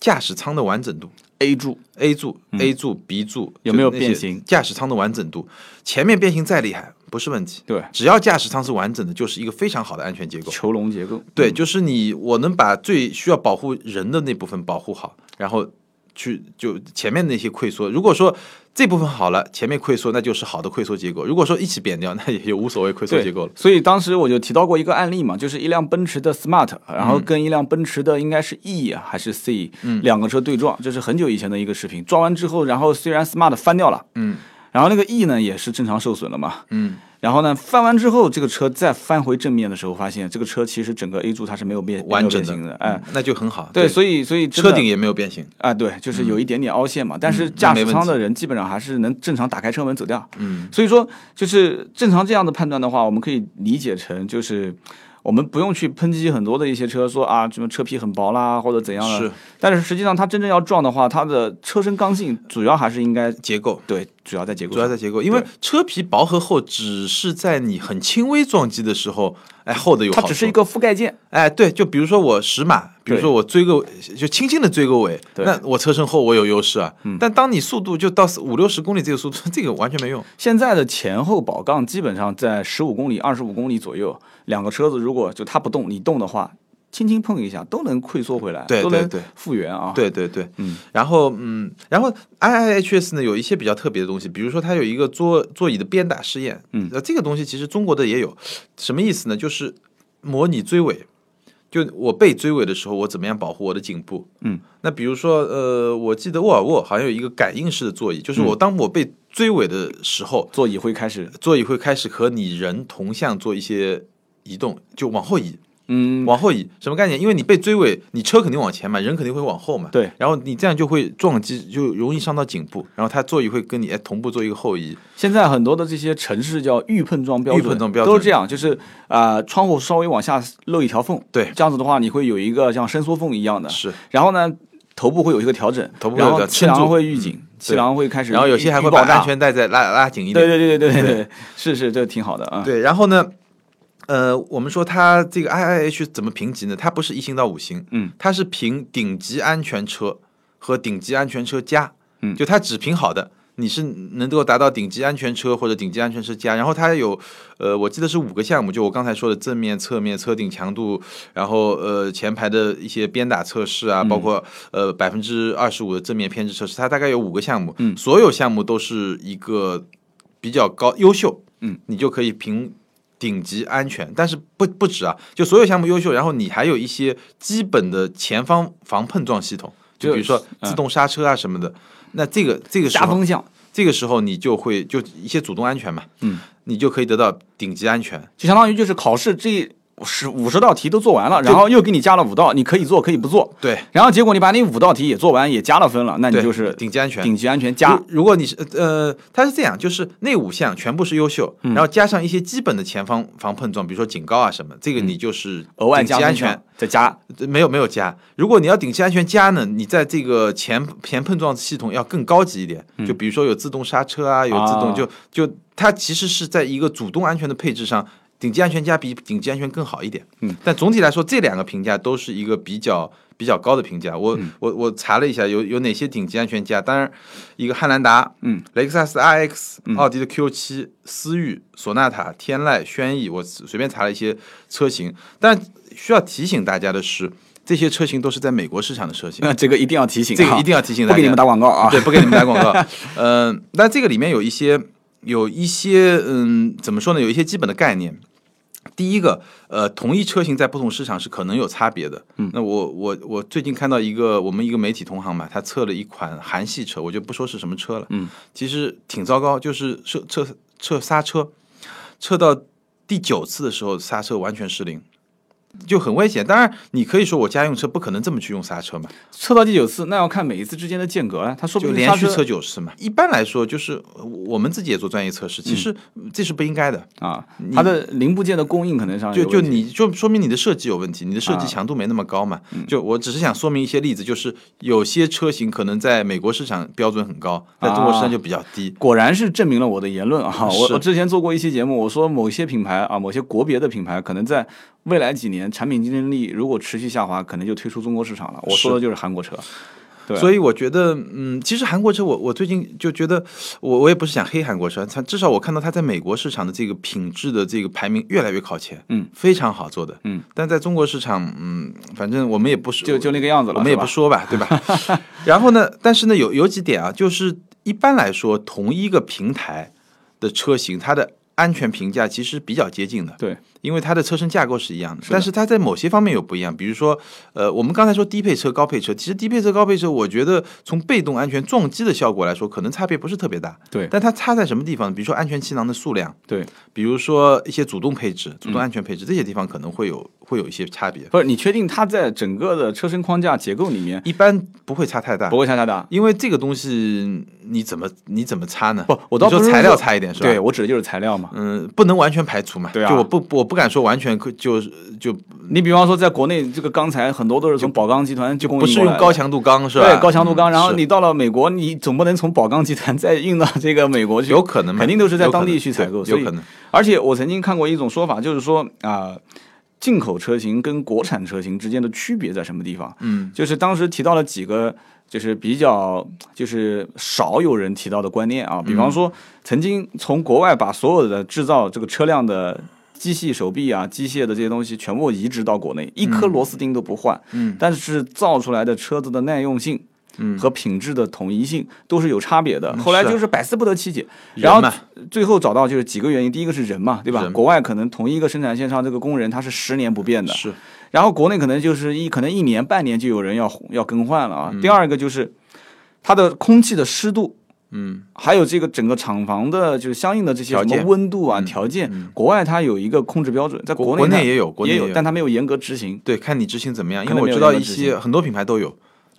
Speaker 2: 驾驶舱的完整度
Speaker 1: A 柱嗯
Speaker 2: A 柱、A 柱、B 柱
Speaker 1: 有没有
Speaker 2: 就那些
Speaker 1: 变形
Speaker 2: 驾驶舱的完整度，前面变形再厉害不是问题，
Speaker 1: 对嗯
Speaker 2: 只要驾驶舱是完整的，就是一个非常好的安全结构。
Speaker 1: 囚笼结构，
Speaker 2: 对，就是你，我能把最需要保护人的那部分保护好，然后去就前面那些溃缩。如果说这部分好了，前面溃缩，那就是好的溃缩结构；如果说一起扁掉，那也就无所谓溃缩
Speaker 1: 对
Speaker 2: 结构了。
Speaker 1: 所以当时我就提到过一个案例嘛，就是一辆奔驰的 Smart，然
Speaker 2: 嗯
Speaker 1: 后跟一辆奔驰的应该是 E 啊还是 C，、两个车对撞，这是很久以前的一个视频。撞完之后，然后虽然 Smart 翻掉了，
Speaker 2: 嗯，
Speaker 1: 然后那个 E 呢也是正常受损了嘛，
Speaker 2: 嗯，
Speaker 1: 然后呢翻完之后，这个车再翻回正面的时候，发现这个车其实整个 A 柱它是没有变
Speaker 2: 完整
Speaker 1: 没有变形的，哎
Speaker 2: 嗯，那就很好。
Speaker 1: 对，所以所以真的
Speaker 2: 车顶也没有变形。
Speaker 1: 啊，对，
Speaker 2: 嗯
Speaker 1: 就是有一点点凹陷嘛，但是驾驶舱的人基本上还是能正常打开车门走掉。嗯，所以说就是正常这样的判断的话，我们可以理解成就是我们不用去抨击很多的一些车，说啊什么车皮很薄啦或者怎样的。
Speaker 2: 是，
Speaker 1: 但是实际上它真正要撞的话，它的车身刚性主要还是应该
Speaker 2: 结构
Speaker 1: 对，主要在结构
Speaker 2: 主要
Speaker 1: 上。
Speaker 2: 在结构，因为
Speaker 1: 对
Speaker 2: 车皮薄和厚只是在你很轻微撞击的时候，哎，厚的有好
Speaker 1: 它
Speaker 2: 处。
Speaker 1: 只是一个覆盖件，
Speaker 2: 哎，对，就比如说我十码，比如
Speaker 1: 对
Speaker 2: 说我追个就轻轻的追个尾，
Speaker 1: 对嗯
Speaker 2: 那我车身后我有优势啊。但当你速度就到五六十公里这个速度，这个完全没用。
Speaker 1: 现在的前后保杠基本上在十五公里、二十五公里左右，两个车子如果就它不动，你动的话，轻轻碰一下都能溃缩回来，
Speaker 2: 对
Speaker 1: 都
Speaker 2: 对
Speaker 1: 能
Speaker 2: 对
Speaker 1: 复原啊。
Speaker 2: 对对对，嗯。然后嗯，然后 IIHS 呢有一些比较特别的东西，比如说它有一个桌座椅的鞭打试验，嗯，呃，这个东西其实中国的也有，什么意思呢？就是模拟追尾。就我被追尾的时候，我怎么样保护我的颈部？嗯，那比如说，呃，我记得沃尔沃好像有一个感应式的座椅，就是我当我被追尾的时候，
Speaker 1: 座椅会开始，
Speaker 2: 座椅会开始和你人同向做一些移动，就往后移，
Speaker 1: 嗯，
Speaker 2: 往后移，什么概念？因为你被追尾，你车肯定往前嘛，人肯定会往后嘛，
Speaker 1: 对，
Speaker 2: 然后你这样就会撞击，就容易伤到颈部，然后它座椅会跟你哎同步做一个后移，
Speaker 1: 现在很多的这些城市叫预碰撞标准，
Speaker 2: 预碰撞标准
Speaker 1: 都是这样，就是啊、呃窗户稍微往下漏一条缝，
Speaker 2: 对
Speaker 1: 这样子的话，你会有一个像伸缩缝一样的，
Speaker 2: 是，
Speaker 1: 然后呢，头部会有一个调整，
Speaker 2: 头部会有
Speaker 1: 然
Speaker 2: 一个
Speaker 1: 后气
Speaker 2: 撑
Speaker 1: 囊
Speaker 2: 住
Speaker 1: 会预警，气
Speaker 2: 嗯对
Speaker 1: 囊会开始预，
Speaker 2: 然后有些还会
Speaker 1: 预
Speaker 2: 把
Speaker 1: 爆炸
Speaker 2: 安全带再拉拉紧一
Speaker 1: 对
Speaker 2: 点，
Speaker 1: 对对对对对对，是是，这挺好的啊。
Speaker 2: 对，然后呢？呃，我们说它这个 IIH 怎么评级呢？它不是一星到五星，
Speaker 1: 嗯，
Speaker 2: 它是评顶级安全车和顶级安全车加，
Speaker 1: 嗯
Speaker 2: 就它只评好的，你是能够达到顶级安全车或者顶级安全车加。然后它有，呃，我记得是五个项目，就我刚才说的正面、侧面、车顶强度，然后呃前排的一些鞭打测试啊，包括呃百分之二十五的正面偏置测试，它大概有五个项目，嗯，所有项目都是一个比较高优秀，嗯，你就可以评顶级安全，但是不不止啊，就所有项目优秀，然后你还有一些基本的前方防碰撞系统，就比如说
Speaker 1: 嗯
Speaker 2: 自动刹车啊什么的。那这个这个时
Speaker 1: 加
Speaker 2: 候，
Speaker 1: 风向，
Speaker 2: 这个时候你就会就一些主动安全嘛，
Speaker 1: 嗯，
Speaker 2: 你就可以得到顶级安全。
Speaker 1: 就相当于就是考试这十五十道题都做完了，然后又给你加了五道，你可以做可以不做，
Speaker 2: 对，
Speaker 1: 然后结果你把那五道题也做完，也加了分了，那你
Speaker 2: 对
Speaker 1: 就是
Speaker 2: 顶级安全。
Speaker 1: 顶级安全加
Speaker 2: 如如果你是呃，它是这样，就是那五项全部是优秀，
Speaker 1: 嗯
Speaker 2: 然后加上一些基本的前方防碰撞，比如说警告啊什么，这个你就是
Speaker 1: 嗯额外
Speaker 2: 顶级
Speaker 1: 加
Speaker 2: 安
Speaker 1: 分
Speaker 2: 全
Speaker 1: 项。再加，
Speaker 2: 呃没有没有加，如果你要顶级安全加呢，你在这个前前碰撞系统要更高级一点，就比如说有自动刹车啊，有自
Speaker 1: 嗯
Speaker 2: 动、
Speaker 1: 啊
Speaker 2: 就就它其实是在一个主动安全的配置上，顶级安全加比顶级安全更好一点。
Speaker 1: 嗯，
Speaker 2: 但总体来说，这两个评价都是一个比较比较高的评价。
Speaker 1: 嗯
Speaker 2: 我、我我查了一下，有有哪些顶级安全加？当然，一个汉兰达，
Speaker 1: 嗯，
Speaker 2: 雷克萨斯 RX，、奥迪的 Q 7思域、索纳塔、天籁、轩逸，我随便查了一些车型。但需要提醒大家的是，这些车型都是在美国市场的车型，
Speaker 1: 那 这个一定要提醒啊，
Speaker 2: 这个一定要提醒大
Speaker 1: 不
Speaker 2: 家，
Speaker 1: 给你们打广告啊。
Speaker 2: 对，不给你们打广告。 嗯、那这个里面有一些有一些嗯，怎么说呢？有一些基本的概念。第一个，呃，同一车型在不同市场是可能有差别的。嗯，那我我我最近看到一个我们一个媒体同行嘛，他测了一款韩系车，我就不说是什么车了。嗯，其实挺糟糕，就是测测测刹车，测到第九次的时候刹车完全失灵，就很危险。当然，你可以说我家用车不可能这么去用刹车嘛，
Speaker 1: 测到第九次，那要看每一次之间的间隔了。他说不
Speaker 2: 就
Speaker 1: 定
Speaker 2: 连
Speaker 1: 刹
Speaker 2: 续
Speaker 1: 车
Speaker 2: 测九次嘛。一般来说，就是呃我们自己也做专业测试，
Speaker 1: 嗯
Speaker 2: 其实这是不应该的。
Speaker 1: 啊，它的零部件的供应可能上
Speaker 2: 就
Speaker 1: 哎有
Speaker 2: 就
Speaker 1: 问题
Speaker 2: 你就说明你的设计有问题，你的设
Speaker 1: 啊
Speaker 2: 计
Speaker 1: 嗯
Speaker 2: 强度没那么高嘛。就我只是想说明一些例子，就是有些车型可能在美国市场标准很高，在中国
Speaker 1: 啊
Speaker 2: 市场就比较低。
Speaker 1: 果然是证明了我的言论啊！我
Speaker 2: 是
Speaker 1: 我之前做过一期节目，我说某些品牌啊，某些国别的品牌，可能在未来几年产品竞争力如果持续下滑，可能就退出中国市场了。我说的就是韩国车，对
Speaker 2: 所以我觉得，嗯，其实韩国车我，我最近就觉得，我我也不是想黑韩国车，它至少我看到它在美国市场的这个品质的这个排名越来越靠前，
Speaker 1: 嗯，
Speaker 2: 非常好做的，
Speaker 1: 嗯，
Speaker 2: 但在中国市场，嗯，反正我们也不是
Speaker 1: 就就那个样子了，
Speaker 2: 我们也不
Speaker 1: 是吧
Speaker 2: 说吧，对吧？ 然后呢，但是呢，有有几点啊，就是一般来说，同一个平台的车型，它的安全评价其实比较接近的，
Speaker 1: 对，
Speaker 2: 因为它的车身架构是一样的，但是它在某些方面有不一样，比如说，呃，我们刚才说低配车、高配车，其实低配车、高配车，我觉得从被动安全撞击的效果来说，可能差别不是特别大，
Speaker 1: 对
Speaker 2: 但它差在什么地方？比如说安全气囊的数量，
Speaker 1: 对，嗯
Speaker 2: 比如说一些主动配置、主动安全配置、这些地方可能会有会有一些差别，
Speaker 1: 不是你确定它在整个的车身框架结构里面
Speaker 2: 一般不会差太大，
Speaker 1: 不会下啊下大？
Speaker 2: 因为这个东西你怎么你怎么擦呢？
Speaker 1: 不我倒
Speaker 2: 你说
Speaker 1: 不是
Speaker 2: 材料
Speaker 1: 说
Speaker 2: 差一哎点是吧？
Speaker 1: 对，我指的就是材料嘛。
Speaker 2: 嗯，不能完全排除嘛。
Speaker 1: 对啊
Speaker 2: 就我不我不敢说完全可就是就
Speaker 1: 你比方说，在国内这个钢材很多都是从宝钢集团就
Speaker 2: 不是用高强度钢是吧？
Speaker 1: 对高强度钢，
Speaker 2: 嗯
Speaker 1: 然后
Speaker 2: 是
Speaker 1: 你到了美国，你总不能从宝钢集团再运到这个美国去，
Speaker 2: 有可能嘛
Speaker 1: 肯定都是在
Speaker 2: 有可
Speaker 1: 当地
Speaker 2: 能
Speaker 1: 去采
Speaker 2: 对
Speaker 1: 购，所
Speaker 2: 有
Speaker 1: 以
Speaker 2: 可能。
Speaker 1: 而且我曾经看过一种说法，就是说啊、进口车型跟国产车型之间的区别在什么地方？
Speaker 2: 嗯，
Speaker 1: 就是当时提到了几个，就是比较就是少有人提到的观念啊，
Speaker 2: 嗯
Speaker 1: 比方说曾经从国外把所有的制造这个车辆的。机器手臂啊，机械的这些东西全部移植到国内，一颗螺丝钉都不换。
Speaker 2: 嗯，
Speaker 1: 但是造出来的车子的耐用性，
Speaker 2: 嗯
Speaker 1: 和品质的统一性都是有差别的。后来
Speaker 2: 是啊
Speaker 1: 就是百思不得其解，
Speaker 2: 人
Speaker 1: 然后
Speaker 2: 嘛
Speaker 1: 最后找到就是几个原因，第一个是人嘛，对吧？
Speaker 2: 人
Speaker 1: 国外可能同一个生产线上这个工人他是十年不变的，
Speaker 2: 是
Speaker 1: 然后国内可能就是一可能一年半年就有人要要更换了啊。第二个就是它的空气的湿度。
Speaker 2: 嗯，
Speaker 1: 还有这个整个厂房的，就是相应的这些
Speaker 2: 条
Speaker 1: 什
Speaker 2: 件嗯
Speaker 1: 么温度啊、条件，国外它有一个控制标准，在
Speaker 2: 国
Speaker 1: 国
Speaker 2: 国内
Speaker 1: 它
Speaker 2: 也有国内
Speaker 1: 也
Speaker 2: 也有嗯
Speaker 1: 但它没有严格执行，
Speaker 2: 对，看你执行怎么样，因
Speaker 1: 可
Speaker 2: 为
Speaker 1: 能
Speaker 2: 我
Speaker 1: 没有
Speaker 2: 知道
Speaker 1: 那
Speaker 2: 一
Speaker 1: 么执
Speaker 2: 些很多品牌都有，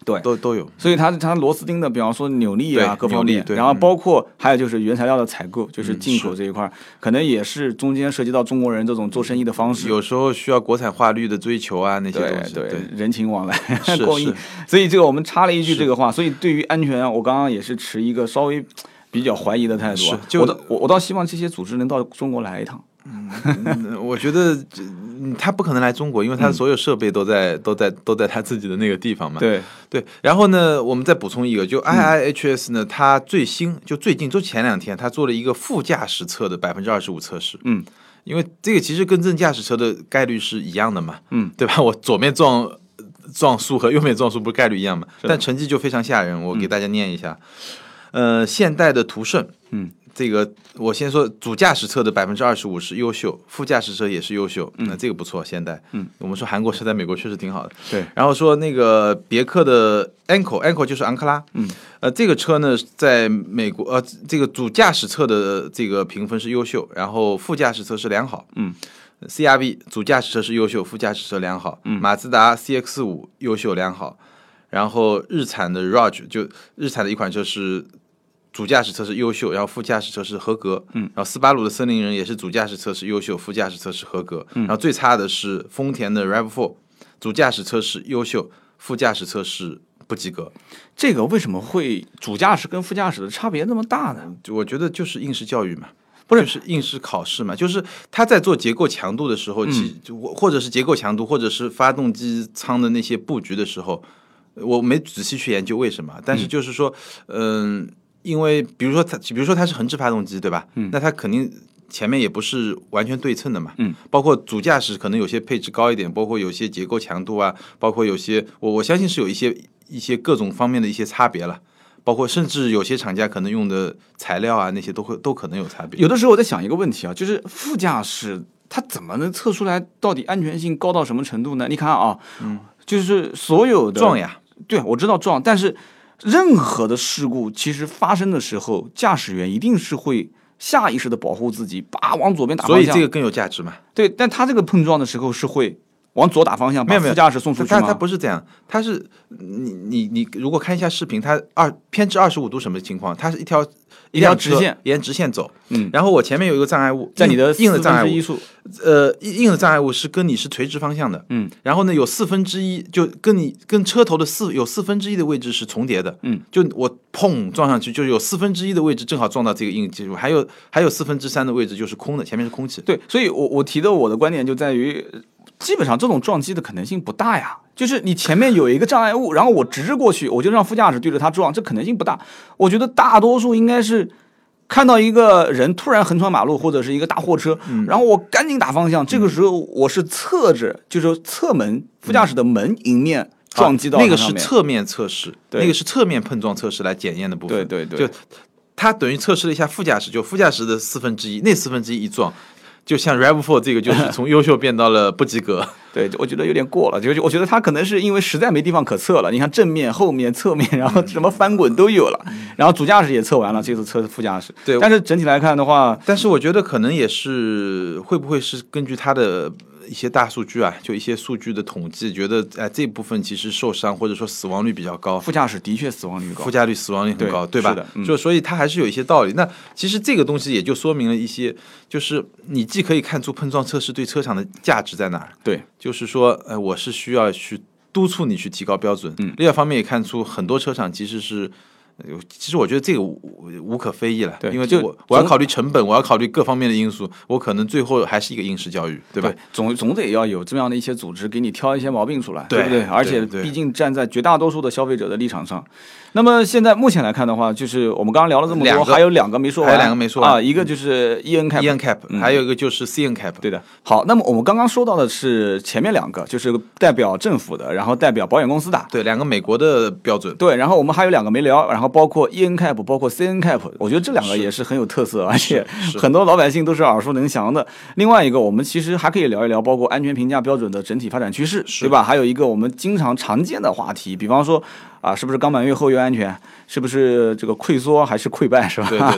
Speaker 1: 对
Speaker 2: 都都有。
Speaker 1: 所以它它螺丝钉的，比方说扭力啊
Speaker 2: 对
Speaker 1: 各方
Speaker 2: 扭
Speaker 1: 面
Speaker 2: 力，对
Speaker 1: 然后
Speaker 2: 嗯
Speaker 1: 包括还有就是原材料的采购，就是进口
Speaker 2: 是
Speaker 1: 这一块儿，可能也是中间涉及到中国人这种做生意的方式，
Speaker 2: 有时候需要国产化率的追求啊，那些
Speaker 1: 对
Speaker 2: 东西。
Speaker 1: 对
Speaker 2: 对，
Speaker 1: 人情往来
Speaker 2: 是
Speaker 1: 供应
Speaker 2: 是，
Speaker 1: 所以这个我们插了一句这个话，所以对于安全啊，我刚刚也是持一个稍微比较怀疑的态度啊
Speaker 2: 是，就
Speaker 1: 我倒我我倒希望这些组织能到中国来一趟，
Speaker 2: 嗯我觉得这嗯他不可能来中国，因
Speaker 1: 嗯
Speaker 2: 为他的所有设备都在都在都在他自己的那个地方嘛。
Speaker 1: 对，
Speaker 2: 对，然后呢，我们再补充一个，就
Speaker 1: 嗯
Speaker 2: IIHS 呢，它最新就最近就前两天，它做了一个副驾驶侧的百分之二十五测试。
Speaker 1: 嗯，
Speaker 2: 因为这个其实跟正驾驶车的概率是一样的嘛。
Speaker 1: 嗯，
Speaker 2: 对吧？我左面撞撞树和右面撞树不是概率一样
Speaker 1: 嗯
Speaker 2: 嘛？但成绩就非常吓人，我给大家念一下。呃，现代的途胜，
Speaker 1: 嗯，
Speaker 2: 这个我先说，主驾驶车的百分之二十五是优秀，副驾驶车也是优秀，那这个不错。现代，嗯，我们说韩国车在美国确实挺好的。
Speaker 1: 对，
Speaker 2: 然后说那个别克的 Anco，Anco 就是昂克拉，嗯，呃，这个车呢，在美国呃，这个主驾驶侧的这个评分是优秀，然后副驾驶侧是良好，呃
Speaker 1: 嗯。
Speaker 2: CRV 主驾驶车是优秀，副驾驶车良好。嗯，马自达 CX 五优秀良好，然后日产的 Raj 就日产的一款车是主驾驶车是优秀，然后副驾驶车是合格。嗯，然后斯巴鲁的森林人也是主驾驶车是优秀，副驾驶车是合格。嗯，然后最差的是丰田的 RAV4，主驾驶车是优秀，副驾驶车是不及格。
Speaker 1: 这个为什么会主驾驶跟副驾驶的差别那么大呢？
Speaker 2: 就我觉得就是应试教育嘛。不是，就是应试考试嘛，就是他在做结构强度的时候，其就我或者是结构强度，或者是发动机舱的那些布局的时候，我没仔细去研究为什么，但是就是说，嗯，因为比如说它，比如说它是横置发动机，对吧？嗯，那它肯定前面也不是完全对称的嘛。嗯，包括主驾驶可能有些配置高一点，包括有些结构强度啊，包括有些我我相信是有一些一些各种方面的一些差别了。包括甚至有些厂家可能用的材料啊，那些都会都可能有差别。
Speaker 1: 有的时候我在想一个问题啊，就是副驾驶它怎么能测出来到底安全性高到什么程度呢？你看啊，就是所有的
Speaker 2: 嗯撞，呀，
Speaker 1: 对我知道撞，但是任何的事故其实发生的时候，驾驶员一定是会下意识的保护自己，叭往左边打方
Speaker 2: 所
Speaker 1: 向。
Speaker 2: 以这个更有价值嘛？
Speaker 1: 对，但他这个碰撞的时候是会往左打方向，
Speaker 2: 没
Speaker 1: 把
Speaker 2: 有没有
Speaker 1: 副驾驶送出去
Speaker 2: 他他
Speaker 1: 吗？
Speaker 2: 不是这样，他是你你你如果看一下视频，他二偏置二十五度什么情况？它是一条
Speaker 1: 一条
Speaker 2: 辆车
Speaker 1: 直线，
Speaker 2: 沿直线走。
Speaker 1: 嗯，
Speaker 2: 然后我前面有一个障碍物，
Speaker 1: 在你的
Speaker 2: 硬硬的
Speaker 1: 四
Speaker 2: 障
Speaker 1: 分
Speaker 2: 碍
Speaker 1: 之一
Speaker 2: 物，
Speaker 1: 速，
Speaker 2: 呃，硬硬的障碍物是跟你是垂直方向的。
Speaker 1: 嗯，
Speaker 2: 然后呢，有四分之一就跟你跟车头的四有四分之一的位置是重叠的。
Speaker 1: 嗯，
Speaker 2: 就我砰撞上去，就是有四分之一的位置正好撞到这个硬技术，还有还有四分之三的位置就是空的，前面是空气。
Speaker 1: 对，所以我我提的我的观点就在于，基本上这种撞击的可能性不大呀。就是你前面有一个障碍物，然后我直着过去，我就让副驾驶对着它撞，这可能性不大。我觉得大多数应该是看到一个人突然横穿马路或者是一个大货车，
Speaker 2: 嗯
Speaker 1: 然后我赶紧打方向，这个时候我是侧着，就是侧门副驾驶的门迎面撞击到、
Speaker 2: 嗯啊那个是。侧面测试，
Speaker 1: 对
Speaker 2: 那个是侧面碰撞测试来检验的部分。
Speaker 1: 对对对
Speaker 2: 就它等于测试了一下副驾驶，就副驾驶的四分之一，那四分之一一撞，就像 Rav4 这个就是从优秀变到了不及格。
Speaker 1: 对，我觉得有点过了，就是我觉得他可能是因为实在没地方可测了。你看正面、后面、侧面，然
Speaker 2: 嗯
Speaker 1: 后什么翻滚都有了，然后主驾驶也测完了，这次测副驾驶。
Speaker 2: 对
Speaker 1: 但是整体来看的话，
Speaker 2: 但是我觉得可能也是会不会是根据它的。一些大数据啊，就一些数据的统计，觉得哎这部分其实受伤或者说死亡率比较高，
Speaker 1: 副驾驶的确死亡率高
Speaker 2: 附。加率死亡率很高，
Speaker 1: 对
Speaker 2: 对吧
Speaker 1: 是的？嗯
Speaker 2: 就所以它还是有一些道理。那其实这个东西也就说明了一些，就是你既可以看出碰撞测试对车厂的价值在哪儿，
Speaker 1: 对，
Speaker 2: 就是说，呃，我是需要去督促你去提高标准。嗯，另外一方面也看出很多车厂其实是。呃其实我觉得这个无无无可非议了，
Speaker 1: 对
Speaker 2: 因为
Speaker 1: 就
Speaker 2: 我我要
Speaker 1: 从
Speaker 2: 考虑成本，我要考虑各方面的因素，我可能最后还是一个应试教育，对吧？？
Speaker 1: 总总得要有这样的一些组织给你挑一些毛病出来，
Speaker 2: 对
Speaker 1: 不对？
Speaker 2: 对
Speaker 1: 而且
Speaker 2: 对
Speaker 1: 毕竟站在绝大多数的消费者的立场上，那么现在目前来看的话，就是我们刚刚聊了这么
Speaker 2: 两
Speaker 1: 多，
Speaker 2: 个
Speaker 1: 还有两个没说完，
Speaker 2: 还有两个没说完
Speaker 1: 啊，一个就是 E N K
Speaker 2: e n cap，、还有一个就是 c n cap，
Speaker 1: 对的，好，那么我们刚刚说到的是前面两个，就是代表政府的，然后代表保险公司的。
Speaker 2: 对，两个美国的标准，
Speaker 1: 对，然后我们还有两个没聊，然后包括 E N cap，包括 C N cap，我觉得这两个也是很有特色，而且很多老百姓都是耳熟能详的。另外一个，我们其实还可以聊一聊，包括安全评价标准的整体发展趋势，对吧？还有一个我们经常常见的话题，比方说啊，是不是钢板越厚越安全？是不是这个溃缩还是溃败，是吧？
Speaker 2: 对对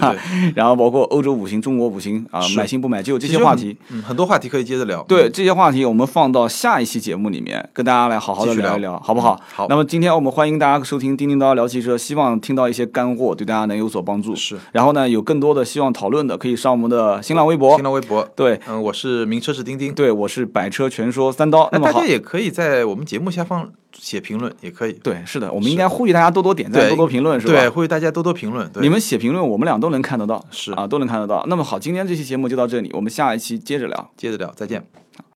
Speaker 2: 对。
Speaker 1: 然后包括欧洲五行、中国五行啊，买新不买旧这些话题，
Speaker 2: 嗯，很多话题可以接着聊。嗯
Speaker 1: 对这些话题，我们放到下一期节目里面跟大家来好好的
Speaker 2: 继续
Speaker 1: 聊一
Speaker 2: 聊嗯
Speaker 1: 聊，好不好？
Speaker 2: 好
Speaker 1: 那么今天我们欢迎大家收听《叮叮叨叨聊汽车》，希望听到一些干货，对大家能有所帮助。
Speaker 2: 是。
Speaker 1: 然后呢，有更多的希望讨论的，可以上我们的新浪微博
Speaker 2: 新。浪微博，
Speaker 1: 对
Speaker 2: 嗯，我是名车是钉钉。
Speaker 1: 对，我是百车全说三刀。
Speaker 2: 那
Speaker 1: 那么
Speaker 2: 大
Speaker 1: 好
Speaker 2: 家。也可以在我们节目下方写评论，也可以。
Speaker 1: 对，是的，我们应该呼吁大家多多点赞、
Speaker 2: 对
Speaker 1: 多多评论，是吧？
Speaker 2: 对，，呼吁大家多多评论。对
Speaker 1: 你们写评论，我们俩都能看得到，
Speaker 2: 是
Speaker 1: 啊，都能看得到。那么好，今天这期节目就到这里，我们下一期接着聊。
Speaker 2: 接着聊，再见。